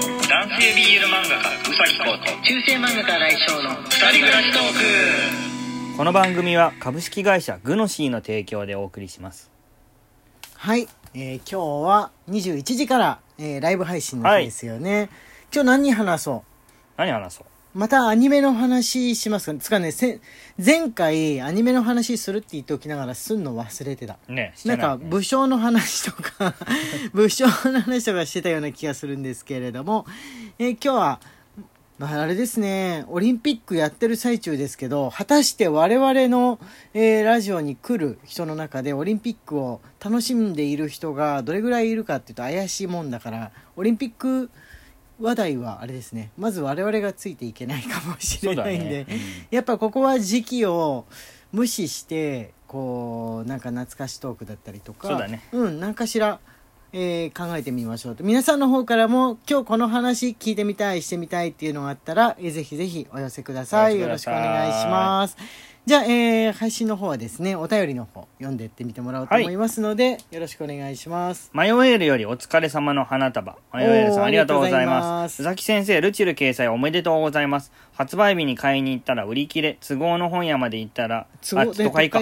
系 BL 漫画家うさぎこと中世漫画家来翔の二人暮らしトークこの番組は株式会社グノシーの提供でお送りしますはい、えー今日は21時から、えーライブ配信の日ですよね、今日何話そ何話そううまたアニメの話しますかつかねせ前回アニメの話するって言っておきながらすんの忘れてたねしてなんいか武将の話と か武将の話とかしてたような気がするんですけれども、えー今日は、まあ、あれですねオリンピックやってる最中ですけど果たして我々の、えーラジオに来る人の中でオリンピックを楽しんでいる人がどれぐらいいるかっていうと怪しいもんだからオリンピック話題はあれですねまず我々がついていけないかもしそうれだないんね、で、うんやっぱここは時期を無視してこうなんか懐かしトークだったりとかそうだねん何かしら、えー考えてみましょうと皆さんの方からも今日この話聞いてみたいしてみたいっていうのがあったら、えーぜひぜひお寄せくださいおよ寄ろせしくくおださい願いしますじゃあ、えー配信の方はですねお便りの方読んでってみてもらおうと思いますので、よろしくお願いします迷えるよりお疲れ様の花束。迷えるさんおーありがとうございありがとうございま。ますす須崎先生、ルチル掲載おめでとうございます。発売日に買いに行ったら売り切れ、都合の本屋まで行ったら、都あ、合都会か。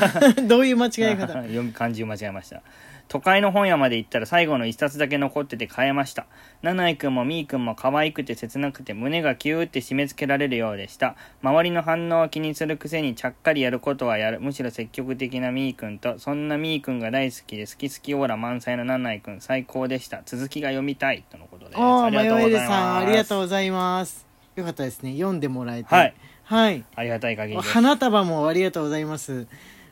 どういう間違 い方読み漢字を間違えました。都会の本屋まで行ったら最後の一冊だけ残ってて買えました。七井くんもみーくんも可愛くて切なくて胸がキューって締め付けられるようでした。周りの反応を気にするくせにちゃっかりやることはやる。むしろ積極的なみーくんと、そんなみーくんが大好きで好き好きオーラ満載の七井くん最高でした。続きが読みたい。とのことです。おあお、りマがとうヨごエルざいさん、ます。ありがとうございます。よかったですね。読んでもらえて。はい。はい。ありがたい限りです。花束もありがとうございます。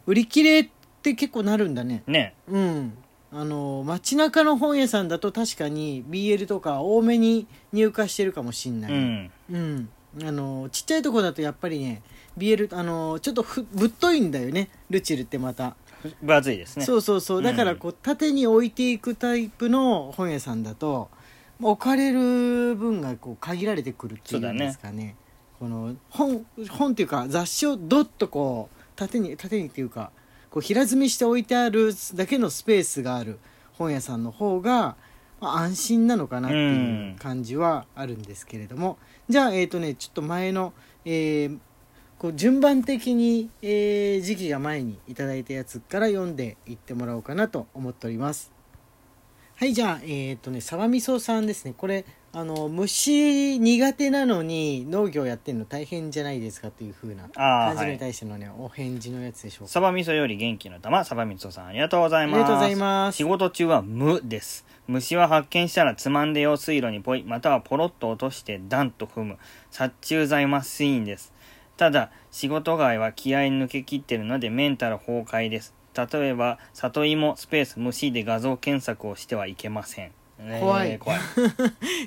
売り切れって結構なるんだね。ね。うん。あの、街中の本屋さんだと確かに BL とか多めに入荷してるかもしんなうい。ん。うん。あの、ちっちゃいとこだとやっぱりね、BL、あの、ちょっとふぶっといんだよね。ルチルってまた。分厚いですね。そうそうそうだからこう縦に置いていくタイプの本屋さんだとまあ置かれる分がこう限られてくるっていうんですかねこの本本っていうか雑誌をどっとこう縦に縦にっていうかこう平積みして置いてあるだけのスペースがある本屋さんの方が、まあ、安心なのかなっていうんう感じはあるんですけれども、じゃあえっ、とねちょっと前の、えーこう順番的に、えー時期が前にいただいたやつから読んでいってもらおうかなと思っておりますはいじゃあえっ、とね沢みそさんですねこれあの虫苦手なのに農業やってるの大変じゃないですかというふうなあー感じに対してのね、お返事のやつでしょうかサバ味噌より元気の玉、サバ味噌さんありがとうございます。ありがとうございます仕事中は無です。虫は発見したらつまんで用水路にポイ、またはポロッと落としてダンと踏む、殺虫剤マスイーンです。ただ、仕事外は気合い抜けきってるのでメンタル崩壊です。例えば、里芋スペース虫で画像検索をしてはいけません。ねえ怖い 怖い。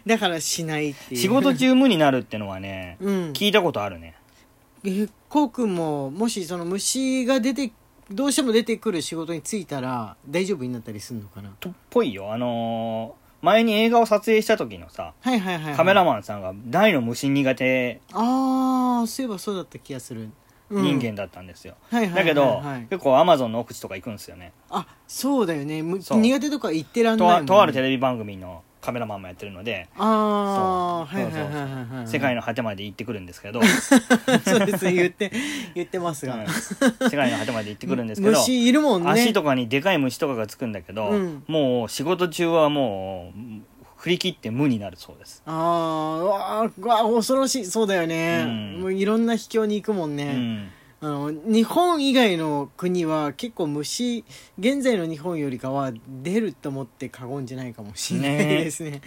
だからしないっていう仕事中無になるってのはね、うん聞いたことあるね。えこうくんももしその虫が出てどうしても出てくる仕事に就いたら大丈夫になったりするのかなとっぽいよ。あのー前に映画を撮影した時のさ、はいはいはいはい、カメラマンさんが大の虫苦手ああそういえばそうだった気がする、うん人間だったんですよ、はいはいだはいけど、はい結構アマゾンの奥地とか行くんですよねあそうだよねむそう苦手とか言ってらんとないもんあねとあるテレビ番組のカメラマンもやってるので、ああそうはいはいはいはいはい、世界のの果てまで行ってくるんです けど、そうですね言 って言ってますうが、ん世界の果てまで行ってくるんですけど虫いるもんね足とかにでかい虫とかがつくんだけど、うんもう仕事中はもう振り切って無になるそうです、ああうわーうわー恐ろしいそうだよね、うんもういろんな秘境に行くもんうね、ん、あの日本以外の国は結構虫現在の日本よりかは出ると思って過言じゃないかもしれないねですね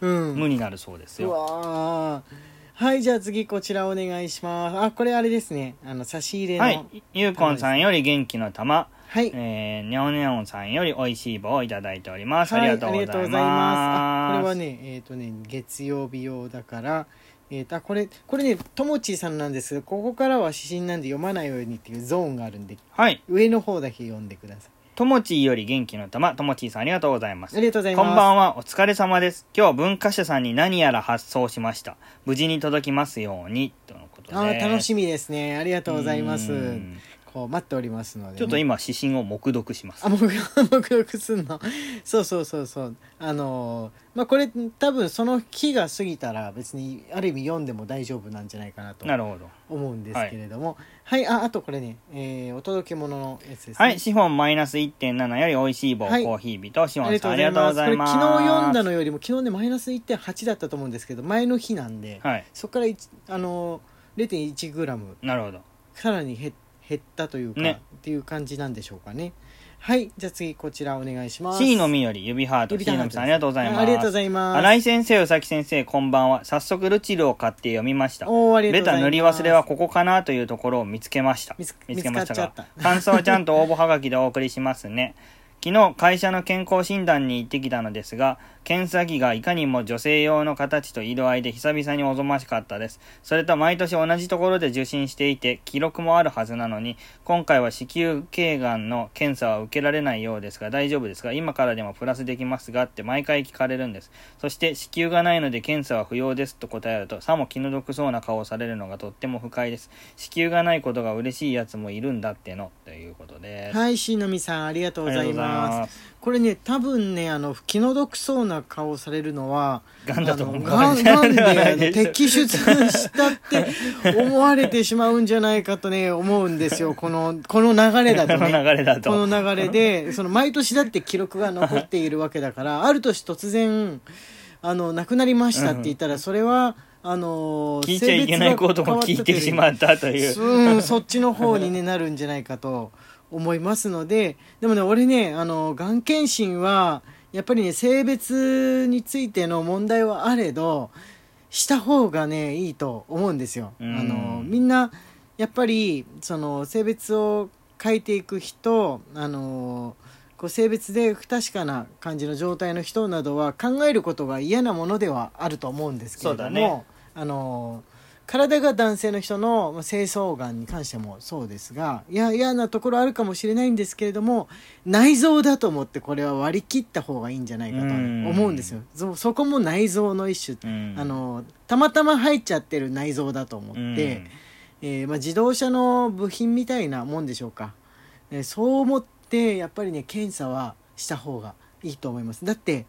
うん無になるそうですうよわーはいじゃあ次こちらお願いしますあこれあれですねあの差し入れのははいい、ゆうこんさんより元気の玉、はい、えー、にゃおにゃおんさんよりおいしい棒をいただいております。ありがとうございます。あこれはねえっ、とね月曜日用だからえーとあこれこれねともちーさんなんですけどここからは指針なんで読まないようにっていうゾーンがあるんではい。上の方だけ読んでくださいともちーより元気の玉、ともちーさんありがとうございます。ありがとうございこますんばんは、お疲れ様です。今日文化社さんに何やら発送しました。無事に届きますように、とのことあでーす。楽しみみですねありがとうございますを待っておりますのでね、ちょっと今指針を黙読しますあ目録すんのそうそうそうそうあのーまあこれ多分その日が過ぎたら別にある意味読んでも大丈夫なんじゃないかなとなるほど思うんですけれどもはい、ああとこれね、えーお届け物のやつですねはいシフォンマイナス1.7より美味しい棒、はいコーヒー日とシフあォりンさんありががとうごとうござざいいまますすこれ昨日読んだのよりも昨日ねマイナス1.8だったと思うんですけど前の日なんで、はいそこからいちあのー 0.1g なるほどさらに減減ったというか、ねっていう感じなんでしょうかねはいじゃあ次こちらお願いします C のみより指ハート指 C ハートのみさんありがとうございますありがとうございます新井先生宇崎先生こんばんは早速ルチルを買って読みましたおーありがとベうござタいま塗すり忘れはここかなというところを見つけました見つけました見つかっがちゃった感想はちゃんと応募はがきでお送りしますね昨日会社の健康診断に行ってきたのですが検査着がいかにも女性用の形と色合いで久々におぞましかったですそれと毎年同じところで受診していて記録もあるはずなのに今回は子宮頸がんの検査は受けられないようですが大丈夫ですか今からでもプラスできますがって毎回聞かれるんですそして子宮がないので検査は不要ですと答えるとさも気の毒そうな顔をされるのがとっても不快です子宮がないことが嬉しいやつもいるんだってのということです、はい、しのみさん、ありがとうございありがとうございま。ますこれね、多分ね、あの、気の毒そうな顔をされるのは、ガンだと思うあのガンガンで、あの摘出した って思われてしまうんじゃないかとね、思うんですよ。この、この流れだと このね。流れだとこの流れで、その、毎年だって記録が残っているわけだから、ある年突然、あの、亡くなりましたって言ったら、それは、あの、聞いちゃいけないことも聞いてしまったといううん、そっちの方に、ね、なるんじゃないかと思いますのででもね俺ねあのがん検診はやっぱりね性別についての問題はあれどした方がねいいと思うんですよ。うあんのみんなやっぱりその性別を変えていく人あのこう性別で不確かな感じの状態の人などは考えることが嫌なものではあると思うんですけれそどうだも、ねあの体が男性の人のまあ精巣がんに関してもそうですがいや嫌なところあるかもしれないんですけれども内臓だと思ってこれは割り切った方がいいんじゃないかとうん思うんですよそそこも内臓の一種、うんあのたまたま入っちゃってる内臓だと思って、うんえーまあ、自動車の部品みたいなもんでしょうか、えーそう思ってやっぱりね検査はした方がいいと思いますだって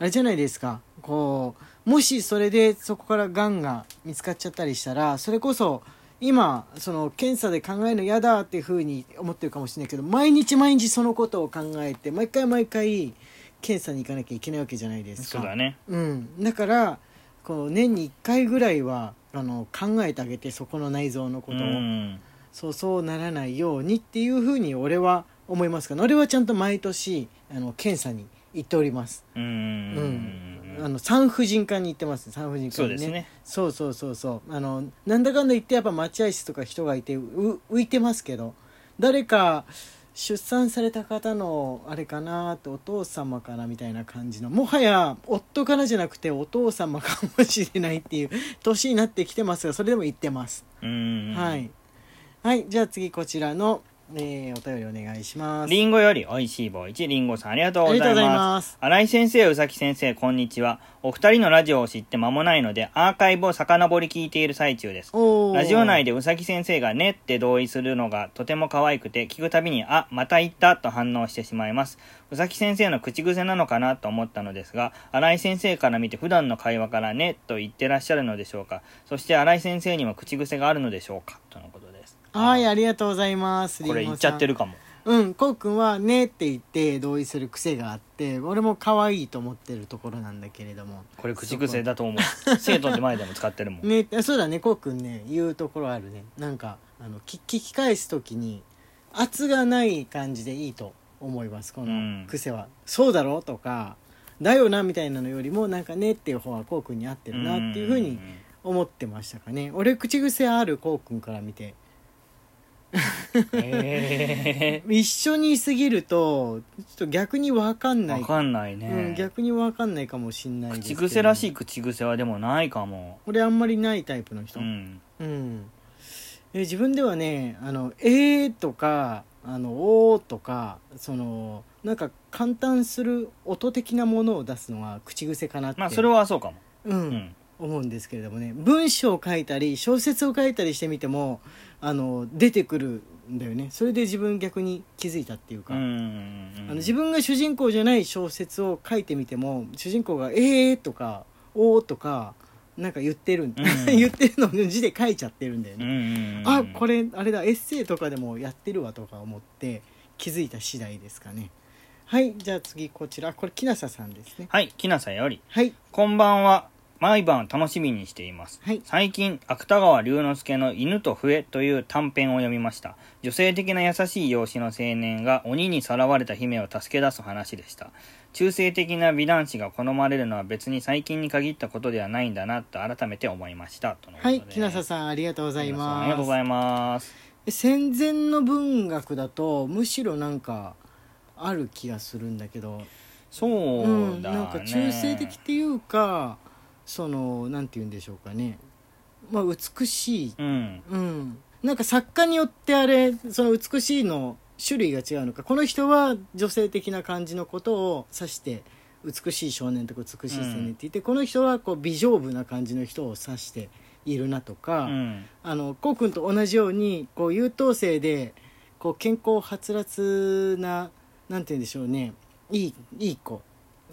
あれじゃないですかこうもしそれでそこからがんが見つかっちゃったりしたらそれこそ今その検査で考えるの嫌だっていうふうに思ってるかもしれないけど毎日毎日そのことを考えて毎回毎回検査に行かなきゃいけないわけじゃないですか。そうだねうん、だからこう年に1回ぐらいはあの考えてあげてそこの内臓のこうとを、んそうそうならないようにっていうふうに俺は思いますから俺はちゃんと毎年あの検査に行っております、うん、うんあの産婦人科に行ってます産婦人科そうにねですねそうそうそうそうあのなんだかんだ言ってやっぱ待合室とか人がいてう浮いてますけど誰か出産された方のあれかなってお父様かなみたいな感じのもはや夫からじゃなくてお父様かもしれないっていう年になってきてますがそれでも行ってます、うんはい、はい、じゃあ次こちらの、えーお便りお願いしますリンゴより美味しい棒1リンゴさんありがとうあごりざがというございますます新井先生、宇崎先生、こんにちは。お二人のラジオを知って間もないので、アーカイブを遡り聞いている最中です。おラジオ内でで宇崎先生がねって同意するのがとても可愛くて、聞くたびに、あ、また言ったと反応してしまいます。宇崎先生の口癖なのかなと思ったのですが、新井先生から見て普段の会話からねと言ってらっしゃるのでしょうか。そして新井先生にも口癖があるのでしょうかとのことです。はいありがとうございますこれリ言ンゴっさちんゃってるかも。うん、こうくんは「ね」って言って同意する癖があって俺も可愛いと思ってるところなんだけれどもこれ口癖だと思 う。生徒って前でも使ってるもん。ねあそうだねこうくんね言うところあるねなんかあのき聞き返す時に圧がない感じでいいと思いますこうんの癖は、そうだろうとかだよなみたいなのよりもなんかねっていう方はこうくんに合ってるなっていうふうに思ってましたかね俺口癖あるこうくんから見てうん。へ一緒に過ぎるとちょっと逆に分かんーないわかんないね。うん、逆に分かんないかもしんないですけ口ど癖らしい口癖はでもないかも。俺あんまりないタイプの人う、ん。うんえ自分ではね「あのえー」とか「あのおー」とかそのなんか簡単する音的なものを出すのは口癖かなって、まあそれはそうかも。うんうん。思うんですけれどもね文章を書いたり小説を書いたりしてみてもあの出てくるだよねそれで自分逆に気づいたっていうか、うんあの自分が主人公じゃない小説を書いてみても主人公が「えー」とか「おー」とかなんか言ってる、 言ってるのを字で書いちゃってるんだようんね、あこれれあれだエッセイとかでもやってるわとか思って気づいた次第ですかねはいじゃあ次こちらこれ木下さんですねはいきなさんよりはいこんばんは毎晩楽しみにしていますはい最近芥川龍之介の「犬と笛」という短編を読みました女性的な優しい容姿の青年が鬼にさらわれた姫を助け出す話でした中性的な美男子が好まれるのは別に最近に限ったことではないんだなと改めて思いましたとのことはでい木下さんありがとうござい木下さんありがとうござまいますす戦前の文学だとむしろなんかある気がするんだけどそうだね、なんか中性的っていうかそのなんて言うんでしょうかねまあ美しいうんうんなんか作家によってあれその美しいの種類が違うのかこの人は女性的な感じのことを指して美しい少年とか美しい青年って言って、この人はこう美丈夫な感じの人を指しているなとか、うんあのこうくんと同じようにこう優等生でこう健康はつらつななんて言うんでしょうねいいいい子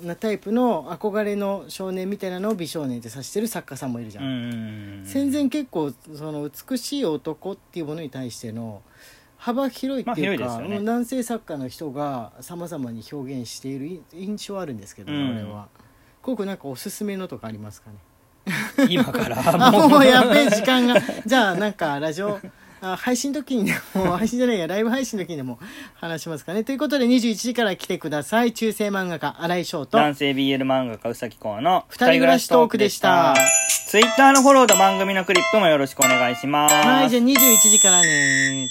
なタイプの憧れの少年みたいなのを美少年って指してる作家さんもいるじゃ、うんん戦前結構その美しい男っていうものに対しての幅広いっていうか、まあ広いですよねうん男性作家の人がさまざまに表現しているい印象あるんですけど、うん俺は。こうくんなんかおすすめのとかありますかね今かあらもう もうや べえ時間がじゃあなんかラジオあ配信の時にでも配信じゃないやライブ配信の時にでも話しますかねということで21時から来てください中世漫画家新井翔と男性 BL 漫画家うさきこうの二人暮らしトークでしたツイッターのフォローと番組のクリップもよろしくお願いします。はいじゃあ21時からね